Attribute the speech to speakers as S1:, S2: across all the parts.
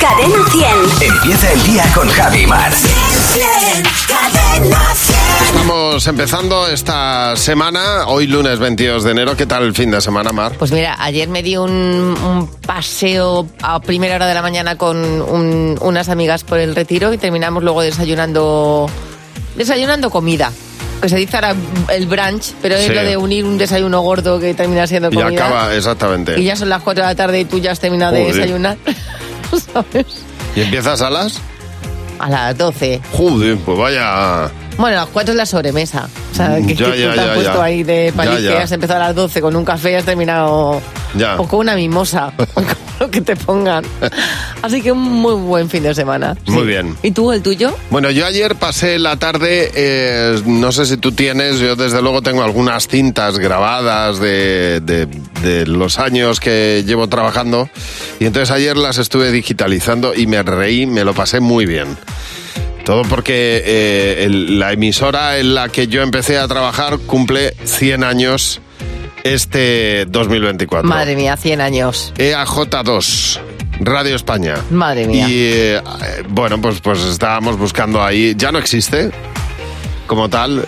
S1: Cadena 100.
S2: Empieza el día con Javi Mar.
S1: Cadena 100.
S3: Estamos empezando esta semana, hoy lunes 22 de enero. ¿Qué tal el fin de semana, Mar?
S4: Pues mira, ayer me di un, un paseo a primera hora de la mañana con un- unas amigas por el retiro y terminamos luego desayunando desayunando comida. Que se dice ahora el brunch, pero es
S3: Sí.
S4: lo de unir un desayuno gordo que termina siendo
S3: Y
S4: comida.
S3: acaba, exactamente.
S4: Y ya son las 4 de la tarde y tú ya has terminado
S3: Joder.
S4: de desayunar. ¿Sabes?
S3: ¿Y empiezas a las?
S4: A las 12.
S3: Joder, pues vaya.
S4: Bueno, a las 4 es la sobremesa. O sea, que,
S3: Mm, Ya,
S4: que
S3: ya,
S4: tú te
S3: ya,
S4: has
S3: ya.
S4: puesto ahí de
S3: Ya,
S4: palique,
S3: ya.
S4: has empezado a las 12 con un café y has terminado
S3: Ya.
S4: o con una mimosa, o con lo que te pongan. Así que un muy buen fin de semana.
S3: Muy bien.
S4: ¿Y tú, el tuyo?
S3: Bueno, yo ayer pasé la tarde, eh, no sé si tú tienes, yo desde luego tengo algunas cintas grabadas de, de- de los años que llevo trabajando y entonces ayer las estuve digitalizando y me reí, me lo pasé muy bien. Todo porque eh, el- la emisora en la que yo empecé a trabajar cumple 100 años este 2024.
S4: Madre mía, 100 años.
S3: E EAJ2, Radio España.
S4: Madre mía.
S3: Y eh, bueno, pues, pues estábamos buscando ahí. Ya no existe como tal,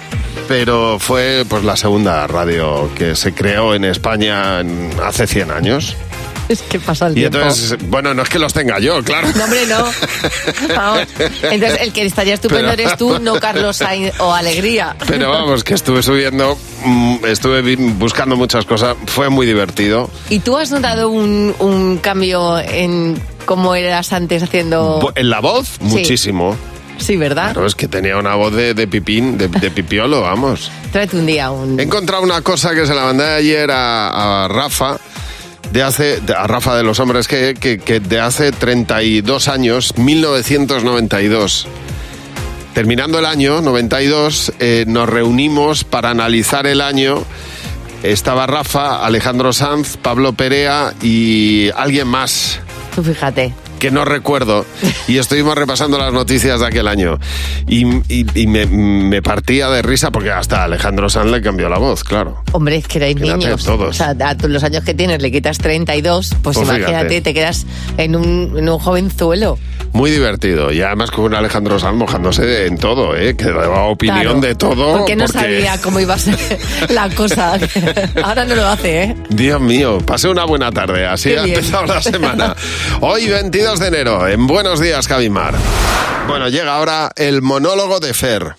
S3: pero fue pues la segunda radio que se creó en España en- hace 100 años.
S4: Es que pasa el
S3: Y
S4: tiempo.
S3: entonces, bueno, no es que los tenga yo, claro.
S4: No, hombre, no. Vamos. Entonces, el que estaría estupendo
S3: Pero-
S4: eres tú, no Carlos Sainz o Alegría.
S3: Pero vamos, que estuve subiendo, mm, estuve vi- buscando muchas cosas, fue muy divertido.
S4: ¿Y tú has notado un, un cambio en cómo eras antes haciendo...?
S3: Bu- En la voz, muchísimo.
S4: sí, ¿verdad?
S3: Claro, es que tenía una voz de, de pipín, de- de pipiolo, vamos.
S4: Tráete un día un...
S3: He encontrado una cosa que se la mandé ayer a, a Rafa, de hace, de- a Rafa de los Hombres, que, que, que de hace 32 años, 1992. Terminando el año 92, eh, nos reunimos para analizar el año. Estaba Rafa, Alejandro Sanz, Pablo Perea y alguien más
S4: Tú fíjate.
S3: que no recuerdo, y estuvimos repasando las noticias de aquel año. Y, y- y me, me partía de risa porque hasta a Alejandro Sanz le cambió la voz, claro.
S4: Hombre, es que erais
S3: Quédate
S4: niños.
S3: todos.
S4: O sea, a tu- los años que tienes le quitas 32, pues,
S3: Pues
S4: imagínate,
S3: fíjate.
S4: te quedas en un, en un jovenzuelo.
S3: Muy divertido, y además con Alejandro Sanz mojándose en todo, ¿eh? que daba opinión
S4: Claro.
S3: de todo.
S4: Porque no sabía cómo iba a ser la cosa. Ahora no lo hace, ¿eh?
S3: Dios mío, pasé una buena tarde, así
S4: Qué
S3: ha
S4: bien.
S3: empezado la semana. Hoy 22 de enero, en Buenos Días, Javimar. Bueno, llega ahora el monólogo de Fer.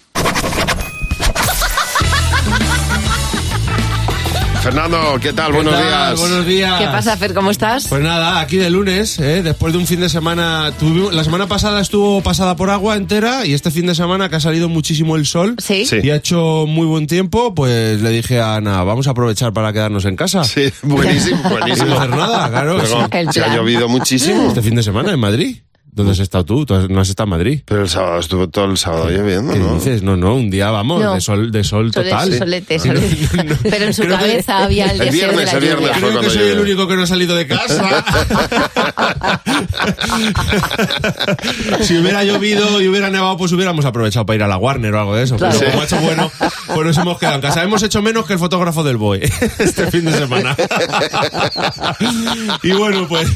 S3: Fernando, ¿qué tal? Buenos
S5: ¿Qué tal?
S3: días.
S5: Buenos días.
S4: ¿Qué pasa, Fer? ¿Cómo estás?
S5: Pues nada, aquí de lunes, ¿eh? después de un fin de semana. tuvimos- la semana pasada estuvo pasada por agua entera y este fin de semana que ha salido muchísimo el sol
S4: ¿Sí?
S3: Sí.
S5: y ha hecho muy buen tiempo, pues le dije a Ana, vamos a aprovechar para quedarnos en casa.
S3: Sí, buenísimo, buenísimo.
S5: Sin hacer nada, claro.
S3: Luego,
S4: El
S3: se ha
S4: plan.
S3: llovido muchísimo.
S5: Este fin de semana en Madrid. ¿Dónde has estado tú? ¿Tú has- no has estado en Madrid?
S3: Pero el sábado estuvo todo el sábado lloviendo,
S5: ¿Qué
S3: ¿no?
S5: dices? No, no, un día vamos,
S4: No.
S5: de sol, de sol
S4: Sole-
S5: total.
S3: ¿eh?
S4: solete, solete. Pero en su
S5: Creo que-
S4: cabeza había el
S3: El
S4: deseo
S3: viernes,
S4: de
S3: el
S4: la
S3: viernes
S4: lluvia.
S3: fue
S5: Creo
S3: cuando
S5: que soy el
S3: llegué.
S5: único que no ha salido de casa. si hubiera llovido y hubiera nevado, pues hubiéramos aprovechado para ir a la Warner o algo de eso.
S4: Claro.
S5: Pero como ha hecho bueno, pues nos hemos quedado en casa. Hemos hecho menos que el fotógrafo del Boy este fin de semana. y bueno, pues.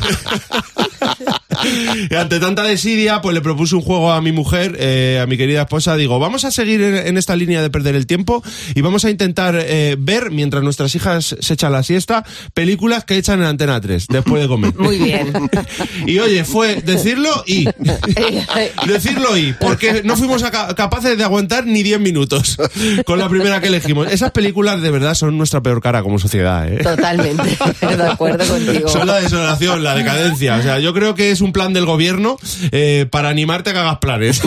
S5: Y ante tanta desidia, pues le propuse un juego a mi mujer, eh, a mi querida esposa. Digo, vamos a seguir en, en esta línea de perder el tiempo y vamos a intentar eh, ver, mientras nuestras hijas se echan la siesta, películas que echan en Antena 3 después de comer.
S4: Muy bien.
S5: Y oye, fue decirlo y. decirlo y. Porque no fuimos aca- capaces de aguantar ni 10 minutos con la primera que elegimos. Esas películas de verdad son nuestra peor cara como sociedad, ¿eh?
S4: Totalmente. De acuerdo contigo.
S5: Son la desolación, la decadencia. O sea, yo creo que es un plan del gobierno eh, para animarte a que hagas planes.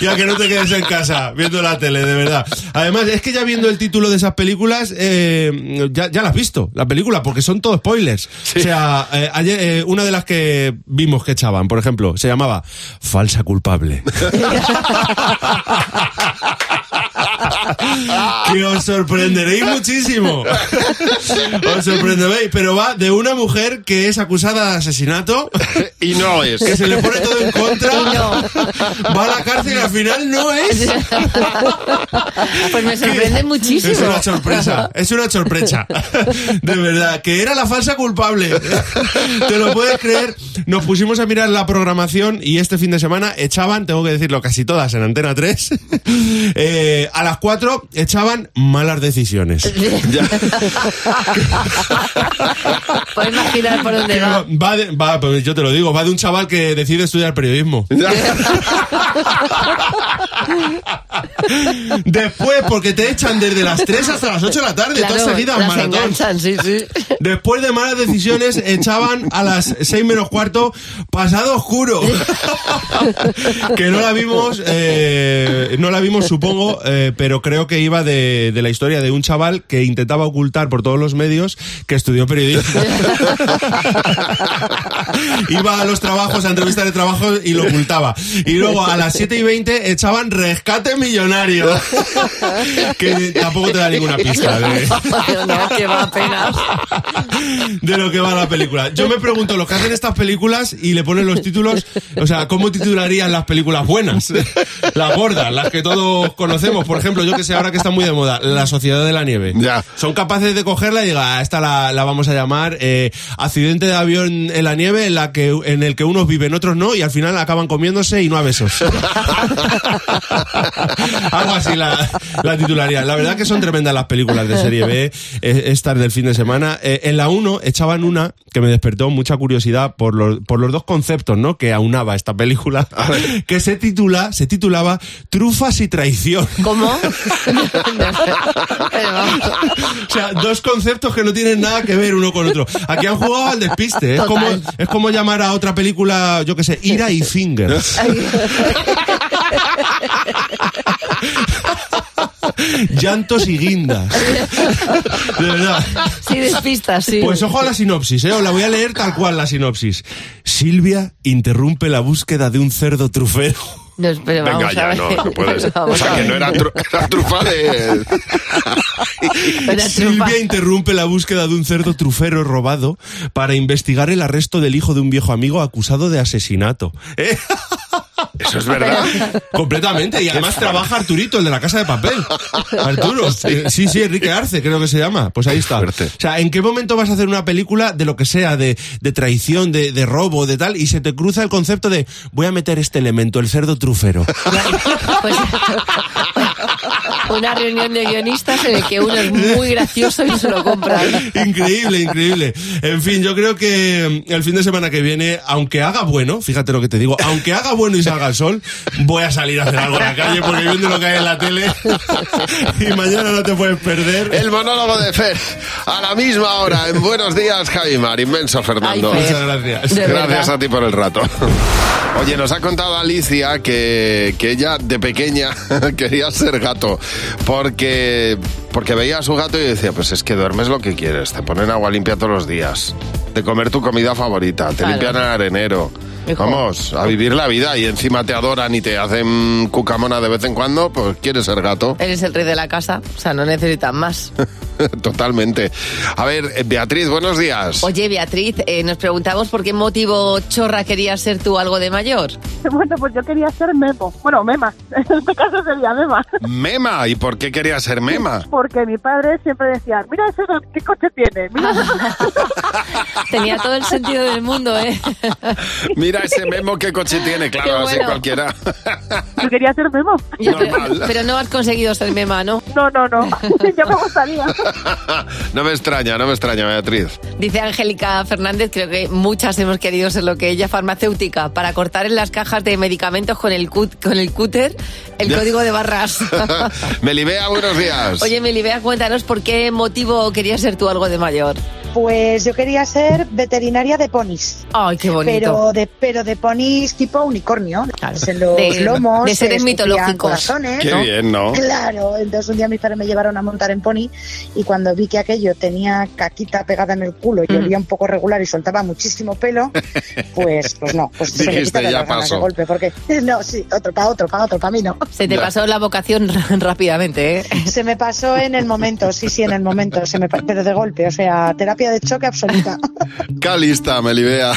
S5: y a que no te quedes en casa viendo la tele, de verdad. Además, es que ya viendo el título de esas películas, eh, ya, ya las has visto, la película, porque son todos spoilers. O sea, eh, ayer, eh, una de las que vimos que echaban, por ejemplo, se llamaba Falsa Culpable. que os sorprenderéis muchísimo. Os sorprenderéis, pero va de una mujer que es acusada de asesinato,
S3: Y no es.
S5: que se le pone todo en contra,
S4: Y no.
S5: va a la cárcel y al final no es.
S4: Pues me sorprende muchísimo.
S5: Es una sorpresa, es una sorpresa. De verdad, que era la falsa culpable. Te lo puedes creer. Nos pusimos a mirar la programación y este fin de semana echaban, tengo que decirlo, casi todas en Antena 3. eh, a las 4 echaban malas decisiones.
S4: Puedes imaginar por dónde
S5: Que
S4: va.
S5: va de- va, pues yo te lo digo, va de un chaval que decide estudiar periodismo. Después, porque te echan desde las 3 hasta las 8 de la tarde, todas seguidas,
S4: las
S5: maratón.
S4: enganchan, sí, sí.
S5: Después de malas decisiones, echaban a las 6 menos cuarto pasado oscuro. que no la vimos, eh, no la vimos, supongo, eh, pero creo que iba de, de la historia de un chaval que intentaba ocultar por todos los medios que estudió periodismo. iba a los trabajos, a entrevistas de trabajo y lo ocultaba. Y luego a las 7 y 20 echaban rescate millonario. que tampoco te da ninguna pista de,
S4: Yo no, que va apenas.
S5: de lo que va la película. Yo me pregunto, los que hacen estas películas y le ponen los títulos, o sea, ¿cómo titularían las películas buenas? Las gordas, las que todos conocemos. Por ejemplo, yo que sé, ahora que está muy de moda, La Sociedad de la Nieve.
S3: Ya.
S5: Son capaces de cogerla y diga, "Ah, esta la, la vamos a llamar eh, accidente de avión en la nieve en, la que, en el que unos viven, otros no, y al final acaban comiéndose y no a besos. Algo así la, la titularía. La verdad que son tremendas las películas de serie B, eh, estas del fin de semana. Eh, en la 1 echaban una que me despertó mucha curiosidad por los, por los dos conceptos, ¿no? Que aunaba esta película, que se titula, se titulaba Trufas y traición.
S4: ¿Cómo? Pero vamos,
S5: O sea, dos conceptos que no tienen nada que ver uno con otro. Aquí han jugado al despiste. ¿eh? Es como,
S4: Total.
S5: es como llamar a otra película, yo qué sé, Ira y Fingers. Llantos y guindas. De verdad.
S4: sí, despistas, sí.
S5: Pues ojo a la sinopsis, ¿eh? Os la voy a leer tal cual la sinopsis. Silvia interrumpe la búsqueda de un cerdo trufero.
S4: No, pero
S3: Venga,
S4: vamos a
S3: ya,
S4: ver.
S3: no, no puede ser. Pues, O
S4: Vamos
S3: sea,
S4: a
S3: que
S4: ver.
S3: no era, tru- era trufa de...
S4: Era trufa.
S5: Silvia interrumpe la búsqueda de un cerdo trufero robado para investigar el arresto del hijo de un viejo amigo acusado de asesinato. ¿Eh?
S3: Eso es verdad.
S5: Completamente, y además trabaja Arturito, el de la casa de papel. Arturo. Eh, Sí, sí, Enrique Arce, creo que se llama. Pues ahí está. O
S3: Fuerte.
S5: sea, ¿en qué momento vas a hacer una película de lo que sea, de, de traición, de, de robo, de tal, y se te cruza el concepto de voy a meter este elemento, el cerdo trufero?
S4: Pues, una reunión de guionistas en el que uno es muy gracioso y se lo compran.
S5: Increíble, increíble. En fin, yo creo que mm, el fin de semana que viene, aunque haga bueno, fíjate lo que te digo, aunque haga bueno y salga el sol, voy a salir a hacer algo en la calle porque viendo lo que hay en la tele y mañana no te puedes perder.
S3: El monólogo de Fer, a la misma hora, en Buenos Días, Javimar. Inmenso, Fernando.
S4: Ay, Fer.
S5: Muchas gracias.
S4: De verdad.
S3: Gracias a ti por el rato. Oye, nos ha contado Alicia que, que ella de pequeña quería ser gato porque, porque veía a su gato y decía, pues es que duermes lo que quieres, te ponen agua limpia todos los días, de comer tu comida favorita, te
S4: Claro.
S3: limpian el arenero.
S4: Hijo.
S3: Vamos, a vivir la vida y encima te adoran y te hacen cucamona de vez en cuando, pues quieres ser gato.
S4: Eres el rey de la casa, o sea, no necesitas más.
S3: Totalmente. A ver, eh, Beatriz, buenos días.
S4: Oye, Beatriz, eh, nos preguntamos por qué motivo chorra querías ser tú algo de mayor.
S1: Bueno, pues yo quería ser Memo. Bueno, Mema. En este caso sería Mema.
S3: Mema, ¿y por qué querías ser Mema?
S1: Porque mi padre siempre decía, mira ese, do- qué coche tiene. Mira ese do-".
S4: Tenía todo el sentido del mundo, ¿eh?
S3: Mira ese Memo qué coche tiene,
S4: Qué
S3: claro, así
S4: bueno.
S3: cualquiera.
S1: Yo quería ser Memo.
S4: Yo creo-
S3: Normal.
S4: pero no has conseguido ser mema, ¿no?
S1: No, no, no. Ya me gustaría.
S3: no me extraña, no me extraña, Beatriz.
S4: Dice Angélica Fernández, creo que muchas hemos querido ser lo que ella, farmacéutica, para cortar en las cajas de medicamentos con el, cut- con el cúter el código de barras.
S3: Melibea, buenos días.
S4: Oye, Melibea, cuéntanos por qué motivo querías ser tú algo de mayor.
S6: Pues yo quería ser veterinaria de ponis.
S4: Ay, qué bonito.
S6: Pero de, pero de ponis tipo unicornio.
S4: Claro.
S6: Se los
S4: De-
S6: lomos.
S4: de seres
S6: se escupían
S4: mitológicos.
S6: corazones,
S3: Qué
S6: ¿no?
S3: bien, ¿no?
S6: Claro, entonces un día mis padres me llevaron a montar en pony y cuando vi que aquello tenía caquita pegada en el culo y
S4: Mm.
S6: olía un poco regular y soltaba muchísimo pelo, pues, pues no, pues se me
S3: Dijiste,
S6: quitaron
S3: ya
S6: las ganas de
S3: pasó.
S6: golpe, porque no, sí, otro para otro, para otro, para mí no.
S4: Se te
S3: Ya.
S4: pasó la vocación rápidamente, ¿eh?
S6: Se me pasó en el momento, sí, sí, en el momento, se me pa- pero de golpe, o sea, terapia de choque absoluta.
S3: Calista, Melibea.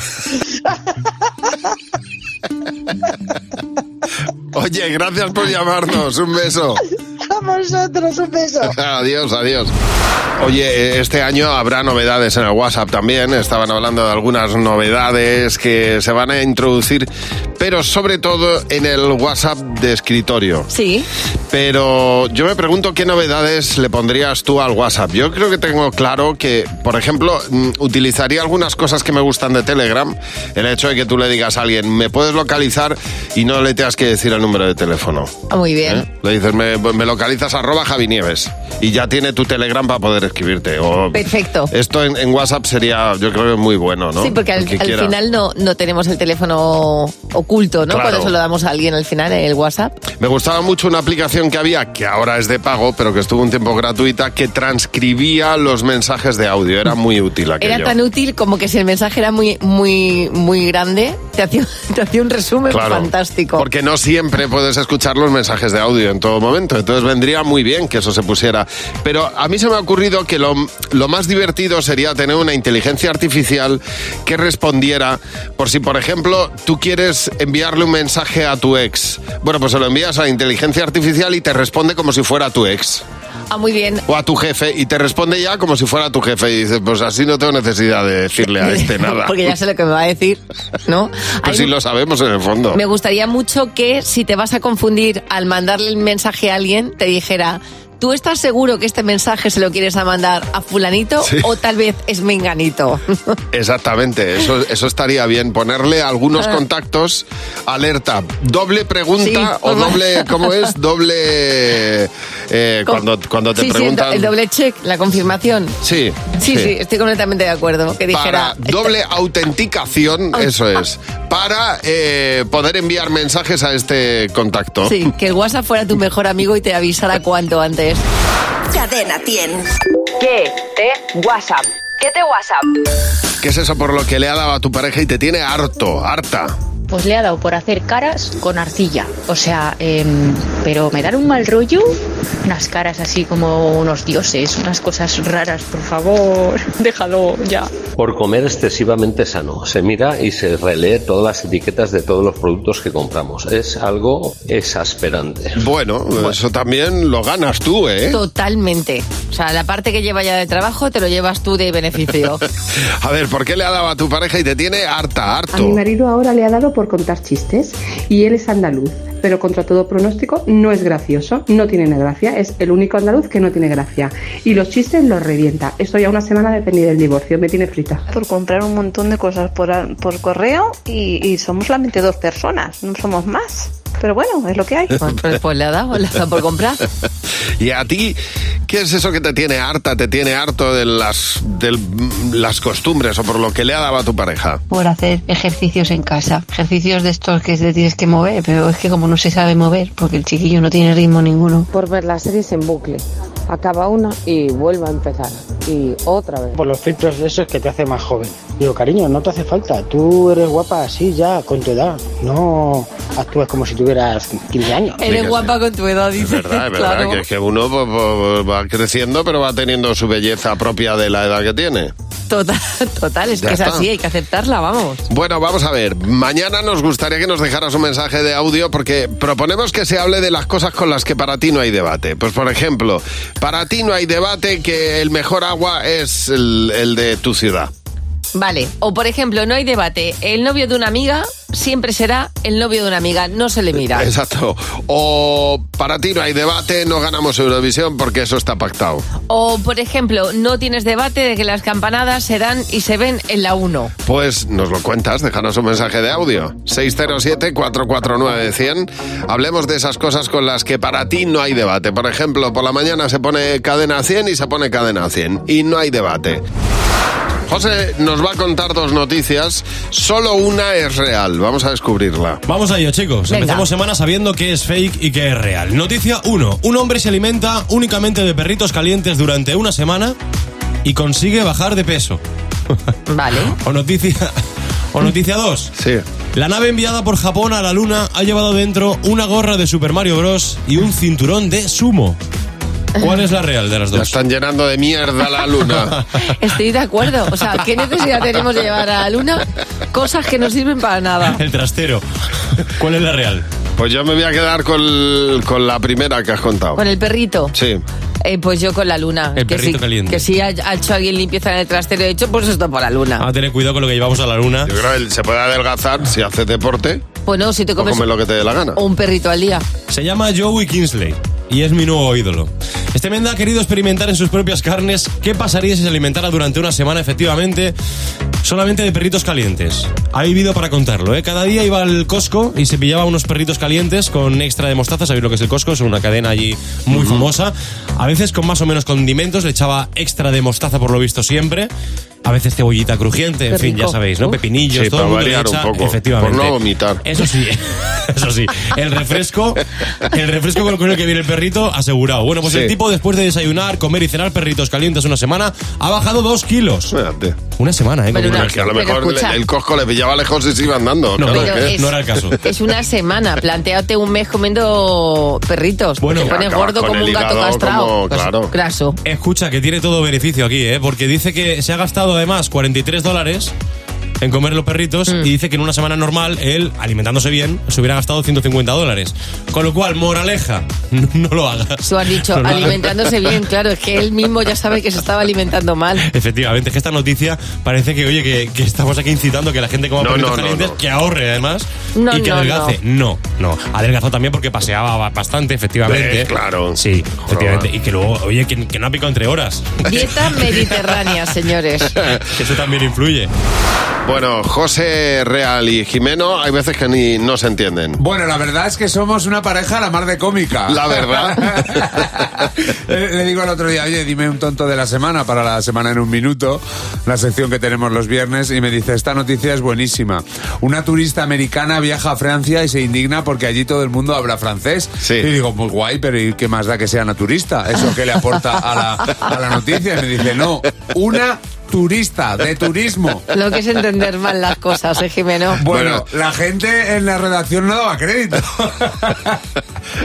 S3: Oye, gracias por llamarnos. Un beso.
S6: A vosotros, un beso.
S3: Adiós, adiós. Oye, eh, este año habrá novedades en el WhatsApp también. Estaban hablando de algunas novedades que se van a introducir, pero sobre todo en el WhatsApp de escritorio.
S4: Sí.
S3: Pero yo me pregunto qué novedades le pondrías tú al WhatsApp. Yo creo que tengo claro que, por ejemplo, mm, utilizaría algunas cosas que me gustan de Telegram. El hecho de que tú le digas a alguien, me puedes localizar y no le tengas que decir el número de teléfono.
S4: Ah, Muy bien.
S3: ¿Eh? Le dices, me, me localizas arroba Javi Nieves y ya tiene tu Telegram para poder escribirte. O-
S4: Perfecto.
S3: Esto en, en WhatsApp sería, yo creo, muy bueno, pues, eh, ¿no?
S4: Sí, porque al,
S3: El que
S4: al
S3: quiera.
S4: final no, no tenemos el teléfono oculto, ¿no?
S3: Claro.
S4: Cuando se lo damos a alguien al final, el WhatsApp.
S3: Me gustaba mucho una aplicación que había, que ahora es de pago, pero que estuvo un tiempo gratuita, que transcribía los mensajes de audio. Era muy útil aquello.
S4: Era tan útil como que si el mensaje era muy, muy, muy grande, te hacía, te hacía un resumen
S3: Claro,
S4: fantástico.
S3: Porque no siempre puedes escuchar los mensajes de audio en todo momento. Entonces vendría muy bien que eso se pusiera. Pero a mí se me ha ocurrido que lo, lo más divertido sería tener una inteligencia artificial que respondiera por si, por ejemplo, tú quieres enviarle un mensaje a tu ex. Bueno, pues se lo envías a la inteligencia artificial y te responde como si fuera tu ex.
S4: Ah, muy bien.
S3: o a tu jefe y te responde ya como si fuera tu jefe y dices, pues así no tengo necesidad de decirle a este nada.
S4: Porque ya sé lo que me va a decir, ¿no?
S3: Pues
S4: Hay-
S3: sí lo sabemos en el fondo.
S4: Me gustaría mucho que si te vas a confundir al mandarle el mensaje a alguien, te dijera, ¿tú estás seguro que este mensaje se lo quieres a mandar a fulanito
S3: Sí.
S4: o tal vez es menganito?
S3: Exactamente, eso, eso estaría bien, ponerle algunos contactos, alerta, doble pregunta
S4: Ah. Sí.
S3: o doble, ¿cómo es? Doble... eh, cuando, cuando te
S4: Sí, sí, el do-
S3: preguntan...
S4: el doble check, la confirmación.
S3: Sí,
S4: Sí, sí, estoy completamente de acuerdo. Que dijera. este-
S3: Para doble autenticación, eso es. Para eh, poder enviar mensajes a este contacto.
S4: Sí, que el WhatsApp fuera tu mejor amigo y te avisara cuanto antes.
S7: Cadena 100.
S8: ¿Qué te WhatsApp? ¿Qué te WhatsApp?
S3: ¿Qué es eso por lo que le ha dado a tu pareja y te tiene harto, harta?
S9: Pues le ha dado por hacer caras con arcilla. O sea, em, pero me dan un mal rollo. Unas caras así como unos dioses, unas cosas raras, por favor. Déjalo ya.
S10: Por comer excesivamente sano. Se mira y se relee todas las etiquetas de todos los productos que compramos. Es algo exasperante.
S3: Bueno, eso también lo ganas tú, ¿eh?
S4: Totalmente. O sea, la parte que lleva ya de trabajo te lo llevas tú de beneficio.
S3: A ver, ¿por qué le ha dado a tu pareja y te tiene harta,
S11: A
S3: harto?
S11: mi marido ahora le ha dado por contar chistes y él es andaluz, pero contra todo pronóstico no es gracioso, no tiene una gracia, es el único andaluz que no tiene gracia y los chistes los revienta. Estoy a una semana de pendiente Este del divorcio, me tiene frita.
S9: Por comprar un montón de cosas por, por correo y, y somos solamente dos personas, no somos más. Pero bueno, es lo que hay.
S4: Pues, pues, pues le ha dado, le ha dado por comprar.
S3: ¿Y a ti qué es eso que te tiene harta, te tiene harto de las, de las costumbres o por lo que le ha dado a tu pareja?
S9: Por hacer ejercicios en casa. Ejercicios de estos que te tienes que mover, pero es que como no se sabe mover, porque el chiquillo no tiene ritmo ninguno.
S11: Por ver las series en bucle, acaba una y vuelve a empezar y otra vez.
S1: Por los filtros de esos que te hace más joven. Digo, cariño, no te hace falta. Tú eres guapa así ya, con tu edad. No actúas como si tuvieras 15 años.
S4: Eres
S3: que
S4: guapa
S3: sí.
S4: con tu edad, dice.
S3: Es verdad, es verdad,
S4: Claro.
S3: que, es que uno pues, pues, va creciendo pero va teniendo su belleza propia de la edad que tiene.
S4: Total, total, es
S3: Ya
S4: que es
S3: está.
S4: así, hay que aceptarla, vamos.
S3: Bueno, vamos a ver. Mañana nos gustaría que nos dejaras un mensaje de audio porque proponemos que se hable de las cosas con las que para ti no hay debate. Pues, por ejemplo, para ti no hay debate que el mejor agua es el, el de tu ciudad.
S4: Vale, o por ejemplo, no hay debate. El novio de una amiga siempre será el novio de una amiga, no se le
S3: Eh,
S4: mira.
S3: Exacto. O para ti no hay debate, no ganamos Eurovisión porque eso está pactado.
S4: O por ejemplo, no tienes debate de que las campanadas se dan y se ven en la 1.
S3: Pues nos lo cuentas, déjanos un mensaje de audio. 607-449-100. Hablemos de esas cosas con las que para ti no hay debate. Por ejemplo, por la mañana se pone cadena 100 y se pone cadena 100. Y no hay debate. José nos va a contar dos noticias. Solo una es real. Vamos a descubrirla.
S12: Vamos a ello, chicos.
S3: Venga.
S12: Empezamos semana sabiendo qué es fake y qué es real. Noticia 1. Un hombre se alimenta únicamente de perritos calientes durante una semana y consigue bajar de peso.
S4: Vale.
S12: O noticia... O noticia 2.
S3: Sí.
S12: La nave enviada por Japón a la Luna ha llevado dentro una gorra de Super Mario Bros. y un cinturón de sumo. ¿Cuál es la real de las dos?
S3: La están llenando de mierda la luna.
S4: Estoy de acuerdo. O sea, ¿qué necesidad tenemos de llevar a la luna cosas que no sirven para nada?
S12: El trastero. ¿Cuál es la real?
S3: Pues yo me voy a quedar con, con la primera que has contado.
S4: Con el perrito.
S3: Sí.
S4: Eh, pues yo con la luna.
S12: El
S4: que
S12: perrito
S4: sí-
S12: caliente.
S4: Que si ha, ha hecho alguien limpieza en el trastero, he hecho, pues esto por la luna.
S12: A tener Ah, cuidado con lo que llevamos a la luna.
S3: Yo creo que se puede adelgazar si haces deporte
S4: Pues no, si te
S3: o
S4: comes
S3: comes lo que te dé la gana. Pues
S4: un perrito al día.
S12: Se llama Joey Kingsley y es mi nuevo ídolo. Este men ha querido experimentar en sus propias carnes qué pasaría si se alimentara durante una semana efectivamente solamente de perritos calientes. Ha vivido para contarlo, ¿eh? Cada día iba al Costco y se pillaba unos perritos calientes con extra de mostaza, ¿sabéis lo que es el Costco? Es una cadena allí muy famosa. A veces con más o menos condimentos, le echaba extra de mostaza por lo visto siempre. A veces cebollita crujiente, en
S3: Qué
S12: fin, ya
S3: rico.
S12: sabéis, ¿no?
S3: Uf.
S12: Pepinillos,
S3: Sí,
S12: todo
S3: para
S12: el mundo le
S3: variar un
S12: echa,
S3: poco,
S12: efectivamente.
S3: por no vomitar.
S12: Eso sí, eso sí. El refresco, el refresco con el que viene el perrito, asegurado. Bueno, pues
S3: Sí.
S12: el tipo después de desayunar, comer y cenar perritos calientes una semana, ha bajado dos kilos. Una semana, ¿eh?
S4: Pero
S12: Como
S4: una-
S12: una-
S3: Que a lo
S4: Pero
S3: mejor
S4: escucha.
S3: le- el cosco le pillaba lejos y se iba andando.
S12: No,
S3: claro
S12: pero
S3: que-
S12: es- no era el caso.
S4: Es una semana. Planteate un mes comiendo perritos.
S12: Bueno,
S4: te pones
S12: acabas
S4: gordo
S12: con
S4: como
S12: el
S4: un gato
S12: hígado
S4: castrado.
S12: como-
S4: Pues,
S12: claro.
S4: Graso.
S12: Escucha, que tiene todo beneficio aquí, ¿eh? Porque dice que se ha gastado además 43 dólares en comer los perritos
S4: Mm.
S12: y dice que en una semana normal él, alimentándose bien, se hubiera gastado 150 dólares. Con lo cual, moraleja, no, no lo hagas.
S4: Tú has dicho,
S12: No lo hagas.
S4: alimentándose bien, claro, es que él mismo ya sabe que se estaba alimentando mal.
S12: Efectivamente, es que esta noticia parece que, oye, que, que estamos aquí incitando que la gente coma
S3: No,
S12: perritos
S3: no, no,
S12: calientes, que ahorre además
S4: No,
S12: y que
S4: no,
S12: adelgace. No. no, Adelgazó también porque paseaba bastante, efectivamente.
S3: Eh, claro.
S12: Sí, efectivamente. Y que luego, oye, que, que no ha picado entre horas.
S4: Dieta mediterránea, señores.
S12: Que Eso también influye.
S3: Bueno, José Real y Jimeno, hay veces que ni no se entienden.
S13: Bueno, la verdad es que somos una pareja a la mar de cómica.
S3: La verdad.
S13: Eh, Le digo al otro día, oye, dime un tonto de la semana para la semana en un minuto, la sección que tenemos los viernes, y me dice, esta noticia es buenísima. Una turista americana viaja a Francia y se indigna porque allí todo el mundo habla francés. Y digo, muy guay, pero ¿y qué más da que sea una turista? ¿Eso qué le aporta a la, a la noticia? Y me dice, no, una turista de turismo.
S4: Lo que es entender mal las cosas, ¿eh, Jimeno?
S13: Bueno, la gente en la redacción no daba crédito.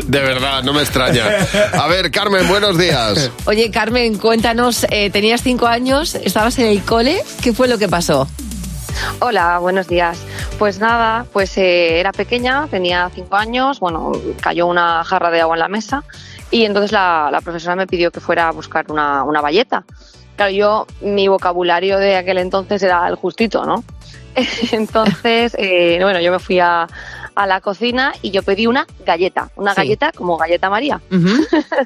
S3: De verdad, no me extraña. A ver, Carmen, buenos días.
S4: Oye, Carmen, cuéntanos, eh, tenías cinco años, estabas en el cole, ¿qué fue lo que pasó?
S14: Hola, buenos días. Pues nada, pues eh, era pequeña, tenía cinco años, bueno, cayó una jarra de agua en la mesa y entonces la, la profesora me pidió que fuera a buscar una, una bayeta. Claro, yo, mi vocabulario de aquel entonces era el justito, ¿no? Entonces, eh, bueno, yo me fui a, a la cocina y yo pedí una galleta, una galleta como galleta María.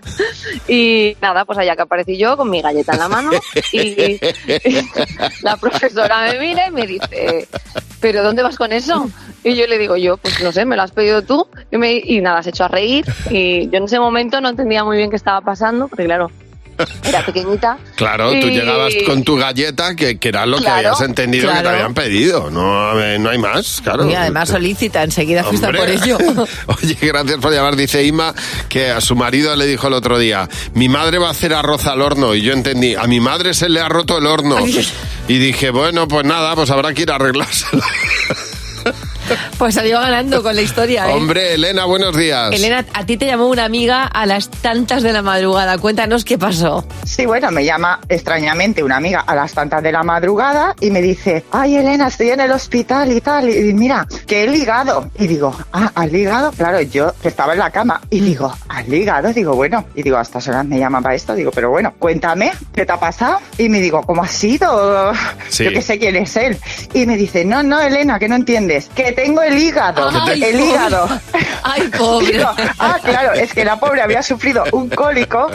S14: Y nada, pues allá que aparecí yo con mi galleta en la mano y la profesora me mira y me dice, ¿pero dónde vas con eso? Y yo le digo, yo, pues no sé, me lo has pedido tú. Y, me- y nada, se echó a reír. Y yo en ese momento no entendía muy bien qué estaba pasando, porque claro, era pequeñita.
S3: Claro, tú
S14: Y-
S3: llegabas con tu galleta, que, que era lo
S14: Claro,
S3: que habías entendido que te
S4: claro.
S3: habían pedido. No, eh, no hay más, claro.
S4: Y además solícita, enseguida fuiste a
S3: Hombre.
S4: por ello.
S3: Oye, gracias por llamar. Dice Ima que a su marido le dijo el otro día, mi madre va a hacer arroz al horno. Y yo entendí, a mi madre se le ha roto el horno. Y dije, bueno, pues nada, pues habrá que ir a arreglárselo.
S4: Pues salió ganando con la historia, ¿eh?
S3: Hombre, Elena, buenos días.
S4: Elena, a ti te llamó una amiga a las tantas de la madrugada. Cuéntanos qué pasó.
S15: Sí, bueno, me llama extrañamente una amiga a las tantas de la madrugada y me dice, ay Elena, estoy en el hospital y tal, y mira, que he ligado. Y digo, ah, ¿has ligado? Claro, yo estaba en la cama y digo, ¿has ligado? Digo, bueno, y digo, a estas horas me llaman para esto, digo, pero bueno, cuéntame, ¿qué te ha pasado? Y me digo, ¿cómo ha sido?
S16: Sí.
S15: Yo que sé quién es él. Y me dice, no, no, Elena, que no entiendes, que tengo el el hígado.
S4: Ay,
S15: el
S4: pobre.
S15: hígado.
S4: Ay, pobre.
S15: Digo, ah, claro, es que la pobre había sufrido un cólico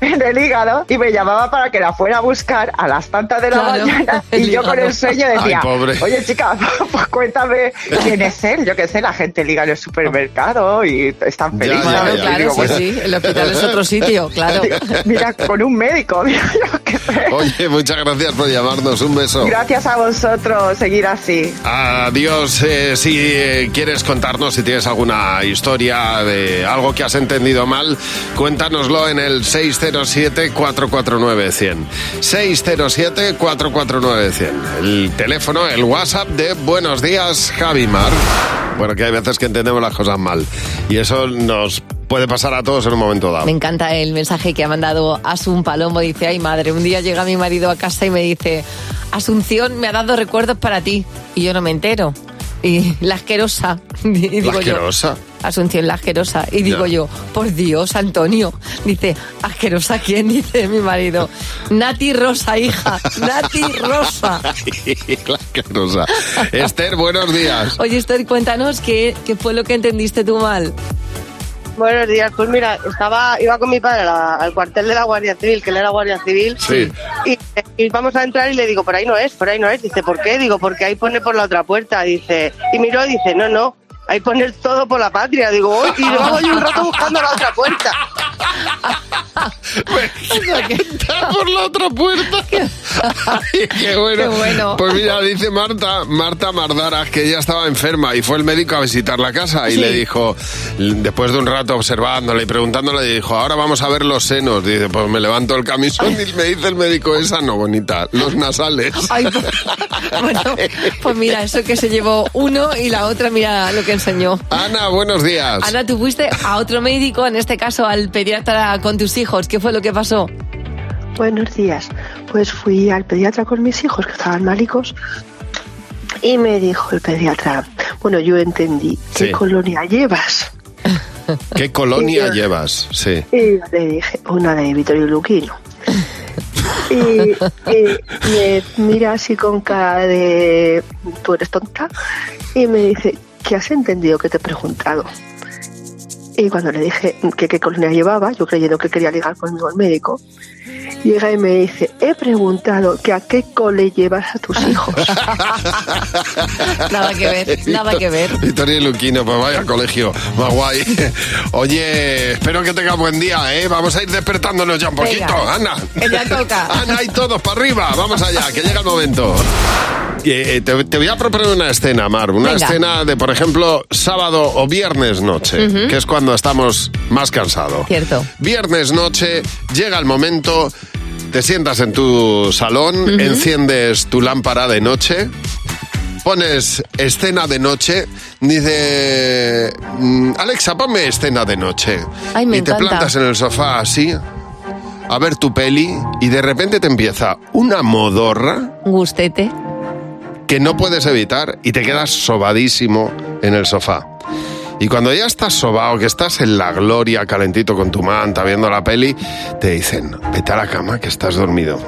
S15: en el hígado y me llamaba para que la fuera a buscar a las tantas de la
S16: Claro,
S15: mañana y
S16: el
S15: yo con
S16: hígado.
S15: el sueño decía,
S16: Ay, pobre.
S15: oye chica, pues cuéntame quién es él. Yo qué sé, la gente liga en el supermercado y están felices.
S4: ya,
S15: ¿sabes? Y
S4: ya, claro,
S15: digo,
S4: sí, sí, el hospital es otro sitio, claro.
S15: Digo, Mira, con un médico. mira, yo qué sé.
S3: Oye, muchas gracias por llamarnos. Un beso.
S15: Gracias a vosotros, seguir así.
S3: Adiós. Eh, si eh, quieres contarnos, si tienes alguna historia de algo que has entendido mal, cuéntanoslo en el 607-449-100. 607-449-100. El teléfono, el WhatsApp de Buenos Días, Javimar. Bueno, que hay veces que entendemos las cosas mal. Y eso nos puede pasar a todos en un momento dado.
S4: Me encanta el mensaje que ha mandado Asun Palomo. Dice, ay madre, un día llega mi marido a casa y me dice, Asunción me ha dado recuerdos para ti. Y yo no me entero. Y la asquerosa. Y digo yo,
S3: Asquerosa.
S4: Asunción la asquerosa. Y digo
S3: Ya.
S4: yo, por Dios, Antonio. Dice, asquerosa, ¿quién? Dice mi marido. Nati Rosa, hija. Nati Rosa.
S3: La asquerosa. Esther, buenos días.
S4: Oye, Esther, cuéntanos qué, qué fue lo que entendiste tú mal.
S17: Buenos días, pues mira, estaba, iba con mi padre a la- al cuartel de la Guardia Civil, que él era Guardia Civil,
S3: Sí.
S17: y, y vamos a entrar y le digo, por ahí no es, por ahí no es, dice, ¿por qué? Digo, porque ahí pone por la otra puerta, dice, y miró y dice, no, no, ahí poner todo por la patria, digo, "Uy", y luego yo un rato buscando la otra puerta.
S3: Está por la otra puerta. Ay, qué bueno.
S4: Qué bueno.
S3: Pues mira, dice Marta, Marta Mardaras, que ella estaba enferma y fue el médico a visitar la casa y
S18: Sí.
S3: le dijo, después de un rato observándole y preguntándole, le dijo, ahora vamos a ver los senos. Dice, pues me levanto el camisón y me dice el médico, esa no, bonita, los nasales.
S4: Ay, pues, bueno, pues mira, eso que se llevó uno y la otra, mira lo que enseñó.
S3: Ana, buenos días.
S4: Ana, tú fuiste a otro médico, en este caso al pediatra con tus hijos. ¿Qué fue lo que pasó?
S17: Buenos días. Pues fui al pediatra con mis hijos que estaban malicos y me dijo el pediatra, bueno, yo entendí, ¿qué
S3: Sí.
S17: colonia llevas?
S3: ¿Qué colonia
S17: Sí, sí.
S3: llevas? Sí.
S17: Y yo le dije, una de Vittorio Luquino. Y, y me mira así con cara de, tú eres tonta, y me dice, ¿qué has entendido que te he preguntado? Y cuando le dije que qué colonia llevaba, yo creyendo que quería ligar conmigo al médico, llega y me dice, he preguntado que a qué cole llevas a
S4: Ah,
S17: tus hijos.
S4: Nada que ver, nada que ver.
S3: Victoria y Luquino, pues vaya colegio, más guay. Oye, espero que tengas buen día, ¿eh? Vamos a ir despertándonos ya un poquito,
S4: Venga.
S3: Ana.
S4: Que ya toca.
S3: Ana y todos para arriba, vamos allá, que llega el momento. Eh, eh, te, te voy a proponer una escena, Mar, una
S4: Venga.
S3: escena de, por ejemplo, sábado o viernes noche,
S4: Ujú.
S3: que es cuando estamos más cansados.
S4: Cierto.
S3: Viernes noche, llega el momento, te sientas en tu salón, enciendes tu lámpara de noche, pones escena de noche, dice, mm, Alexa, ponme escena de noche.
S4: Ay, me
S3: y te
S4: encanta.
S3: plantas en el sofá así, a ver tu peli, y de repente te empieza una modorra
S4: Gustete.
S3: que no puedes evitar y te quedas sobadísimo en el sofá. Y cuando ya estás sobado, que estás en la gloria, calentito con tu manta, viendo la peli, te dicen, vete a la cama que estás dormido.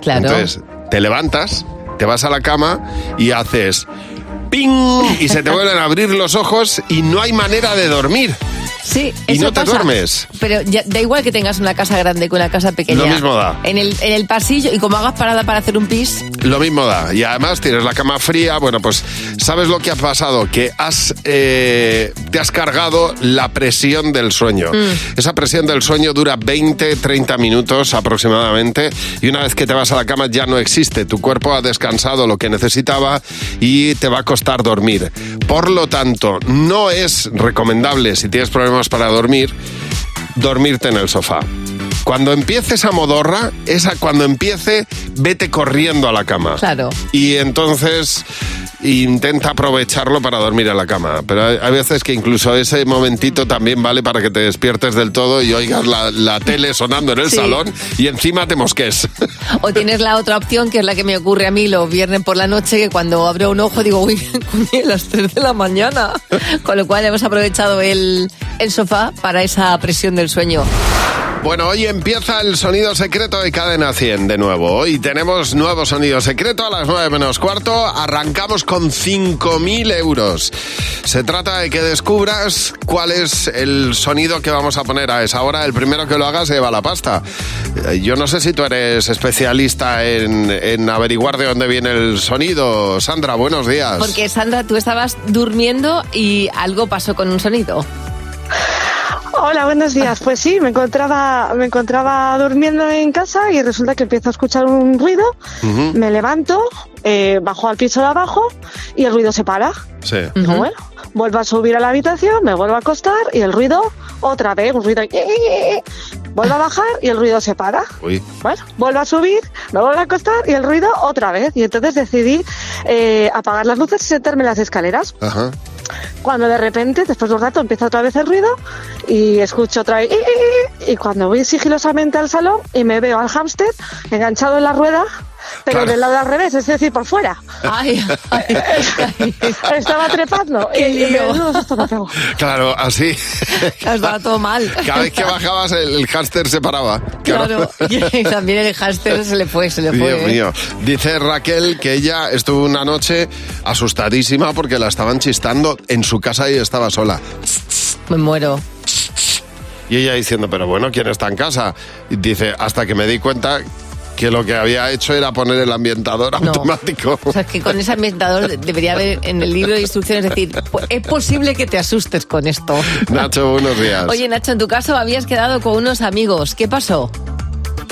S4: Claro.
S3: Entonces, te levantas, te vas a la cama y haces ping y se te vuelven a abrir los ojos y no hay manera de dormir.
S4: Sí,
S3: Y
S4: eso
S3: no te
S4: pasa.
S3: duermes.
S4: Pero ya- da igual que tengas una casa grande que una casa pequeña.
S3: Lo mismo da.
S4: En el, en el pasillo, y como hagas parada para hacer un pis,
S3: Lo mismo da. Y además tienes la cama fría. Bueno, pues sabes lo que ha pasado, que has eh, te has cargado la presión del sueño. Esa presión del sueño dura 20, 30 minutos aproximadamente. Y una vez que te vas a la cama ya no existe. Tu cuerpo ha descansado lo que necesitaba y te va a costar dormir. Por lo tanto, no es recomendable si tienes problemas para dormir dormirte en el sofá. Cuando empieces a modorra, esa cuando empiece, vete corriendo a la cama.
S4: claro.
S3: Y entonces intenta aprovecharlo para dormir en la cama. Pero hay, hay veces que incluso ese momentito también vale para que te despiertes del todo y oigas la, la tele sonando en el
S4: Sí.
S3: salón y encima te mosques.
S4: O tienes la otra opción, que es la que me ocurre a mí los viernes por la noche, que cuando abro un ojo digo, uy, coño, a las 3 de la mañana. Con lo cual hemos aprovechado el, el sofá para esa presión del sueño.
S3: Bueno, hoy empieza el sonido secreto de Cadena 100 de nuevo. Hoy tenemos nuevo sonido secreto a las 9 menos cuarto. Arrancamos con 5.000 euros. Se trata de que descubras cuál es el sonido que vamos a poner a esa hora. El primero que lo haga se lleva la pasta. Eh, Yo no sé si tú eres especialista en, en averiguar de dónde viene el sonido. Sandra, buenos días.
S4: Porque Sandra, tú estabas durmiendo y algo pasó con un sonido.
S6: Hola, buenos días. Pues sí, me encontraba, me encontraba durmiendo en casa y resulta que empiezo a escuchar un ruido.
S3: Ujú.
S6: Me levanto, eh, bajo al piso de abajo y el ruido se para.
S3: Sí.
S6: Digo, bueno, vuelvo a subir a la habitación, me vuelvo a acostar y el ruido otra vez, un ruido. Vuelvo a bajar y el ruido se para.
S3: Uy.
S6: Bueno, vuelvo a subir, me vuelvo a acostar y el ruido otra vez. Y entonces decidí eh, apagar las luces y sentarme en las escaleras.
S3: Ajá.
S6: Cuando de repente, después de un rato, empieza otra vez el ruido y escucho otra vez. "Eh, eh, eh", Y cuando voy sigilosamente al salón y me veo al hámster enganchado en la rueda, pero
S3: Claro.
S6: del lado al revés, es decir, por fuera. Estaba trepando. y- y me- no, esto no pego.
S3: Claro, así.
S4: Estaba todo mal.
S3: Cada vez que bajabas el, el hámster se paraba.
S4: Claro, y también el hámster se le fue, se le fue.
S3: Dios
S4: ¿eh?
S3: mío. Dice Raquel que ella estuvo una noche asustadísima porque la estaban chistando en su casa y estaba sola.
S4: Me muero.
S3: Y ella diciendo, pero bueno, ¿quién está en casa? Y dice, hasta que me di cuenta que lo que había hecho era poner el ambientador automático.
S4: O sea, que con ese ambientador de- debería haber en el libro de instrucciones, es decir, "Po- es posible que te asustes con esto.
S3: Nacho, buenos días.
S4: Oye, Nacho, en tu caso habías quedado con unos amigos. ¿Qué pasó?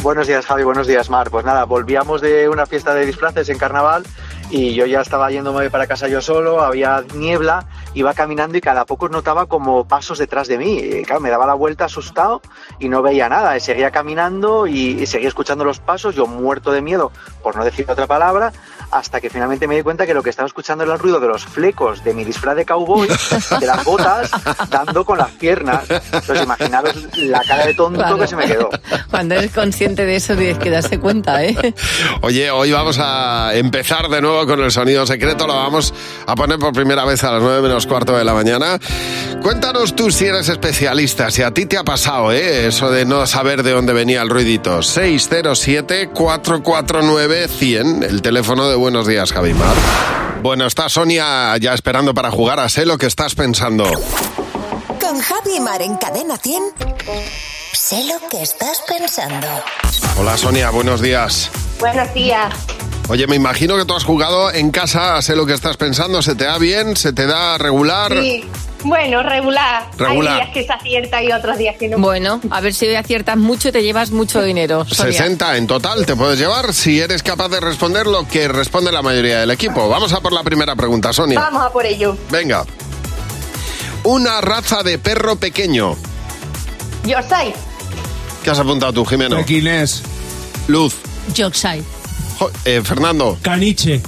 S18: Buenos días, Javi. Buenos días, Mar. Pues nada, volvíamos de una fiesta de disfraces en carnaval y yo ya estaba yéndome para casa yo solo, había niebla, iba caminando y cada poco notaba como pasos detrás de mí. Y, claro, me daba la vuelta asustado y no veía nada. Y seguía caminando y, y seguía escuchando los pasos, yo muerto de miedo, por no decir otra palabra, hasta que finalmente me di cuenta que lo que estaba escuchando era el ruido de los flecos de mi disfraz de cowboy, de las botas, dando con las piernas. Entonces, imaginaros la cara de tonto
S4: Claro.
S18: que se me quedó.
S4: Cuando eres consciente de eso tienes que darse cuenta, ¿eh?
S3: Oye, hoy vamos a empezar de nuevo con el sonido secreto. Lo vamos a poner por primera vez a las 9 menos cuarto de la mañana. Cuéntanos tú si eres especialista, si a ti te ha pasado ¿eh? eso de no saber de dónde venía el ruidito. 607-449-100, el teléfono de Buenos Días, Javimar. Bueno, está Sonia ya esperando para jugar a Sé lo que estás pensando.
S19: Con Javi y Mar en Cadena 100. Sé lo que estás pensando.
S3: Hola Sonia, buenos días.
S9: Buenos días.
S3: Oye, me imagino que tú has jugado en casa a Sé lo que estás pensando. ¿Se te da bien? ¿Se te da regular?
S9: Sí. Bueno, regular.
S3: Regular.
S9: Hay días que se acierta y otros días que no.
S4: Bueno, a ver si hoy aciertas mucho y te llevas mucho dinero. Sonia.
S3: 60 en total te puedes llevar si eres capaz de responder lo que responde la mayoría del equipo. Vamos a por la primera pregunta, Sonia.
S9: Vamos a por ello.
S3: Venga. Una raza de perro pequeño.
S9: Yorkshire.
S3: ¿Qué has apuntado tú, Jimeno? Pequinés. Luz.
S4: Yorkshire.
S3: Jo- eh, Fernando. Caniche.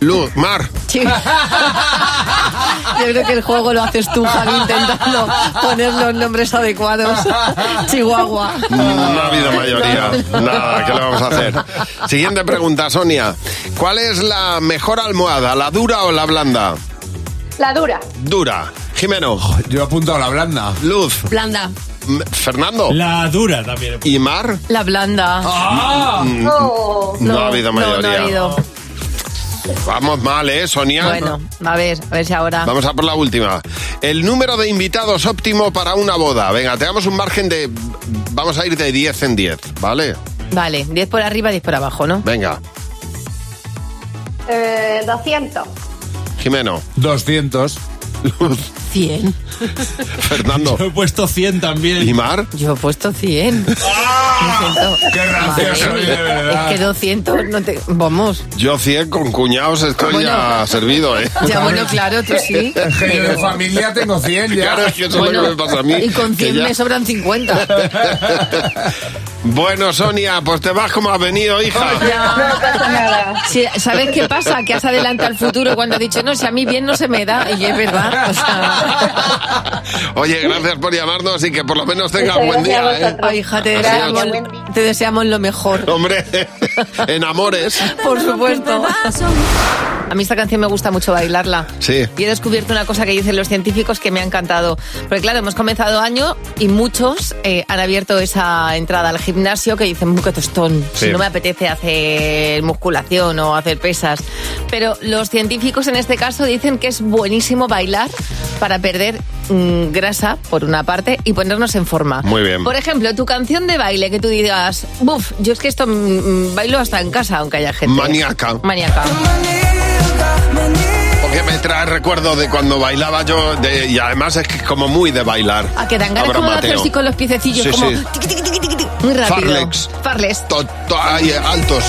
S3: Luz. Mar.
S4: Sí. Yo creo que el juego lo haces tú, Javi, intentando poner los nombres adecuados. Chihuahua.
S3: No ha habido mayoría. Nada, ¿qué le vamos a hacer? Siguiente pregunta, Sonia. ¿Cuál es la mejor almohada, la dura o la blanda?
S9: La dura.
S3: Dura. Jimeno. Yo he apuntado la blanda. Luz.
S4: Blanda.
S3: M- Fernando.
S20: La dura también.
S3: ¿Y Mar?
S4: La blanda.
S3: Mm,
S9: oh.
S4: No,
S3: no ha habido
S4: No,
S3: mayoría.
S4: ha habido.
S3: Vamos mal, ¿eh, Sonia?
S4: Bueno, ah. a ver, a ver si ahora.
S3: Vamos a por la última. El número de invitados óptimo para una boda. Venga, te damos un margen de... Vamos a ir de 10 en 10, ¿vale?
S4: Vale, 10 por arriba, 10 por abajo, ¿no?
S3: Venga,
S9: Eh, 200.
S3: Jimeno. 200.
S4: 100.
S3: Fernando.
S20: Yo he puesto 100 también.
S3: ¿Y Mar?
S4: Yo he puesto 100.
S3: ¡Qué Ah.
S4: Es que 200 no te. Vamos.
S3: Yo 100 con cuñados estoy ya servido, ¿eh?
S4: Ya, bueno, claro, tú sí.
S13: Es que yo de
S4: pero-
S13: familia tengo 100 ya.
S3: Claro, es que eso es lo que me pasa a mí.
S4: Y con
S3: que
S4: 100
S3: ya-
S4: me sobran 50.
S3: Bueno, Sonia, pues te vas como has venido, hija.
S4: Sí, ¿Sabes qué pasa? Que has adelantado al futuro cuando has dicho, no, si a mí bien no se me da. Y es verdad. O sea,
S3: Oye, gracias por llamarnos y que por lo menos tengas buen día, ¿eh?
S4: Ay, hija, te
S3: Gracias.
S4: deseamos, te deseamos lo mejor.
S3: Hombre, en amores.
S4: Por supuesto. A mí esta canción me gusta mucho bailarla.
S3: Sí.
S4: Y he descubierto una cosa que dicen los científicos que me ha encantado. Porque claro, hemos comenzado año y muchos eh, han abierto esa entrada al gimnasio que dicen, "Bu, qué tostón,
S21: Sí.
S4: si no me apetece hacer musculación o hacer pesas. Pero los científicos en este caso dicen que es buenísimo bailar para perder mm, grasa, por una parte, y ponernos en forma.
S3: Muy bien.
S4: Por ejemplo, tu canción de baile que tú digas, buf, yo es que esto mm, mm, bailo hasta en casa, aunque haya gente.
S3: Maníaca.
S4: Maníaca.
S3: Porque me trae recuerdo de cuando bailaba yo de- y además es que es como muy de bailar.
S4: A Ah, que dan ganas
S3: Ahora
S4: como de
S3: Mateo.
S4: hacer así con los piececillos,
S3: Sí,
S4: como
S3: sí.
S4: tiqui, tiqui, tiqui, tiqui, tiqui, muy rápido.
S3: Farlex.
S4: Farlex.
S3: To- to- ahí, altos.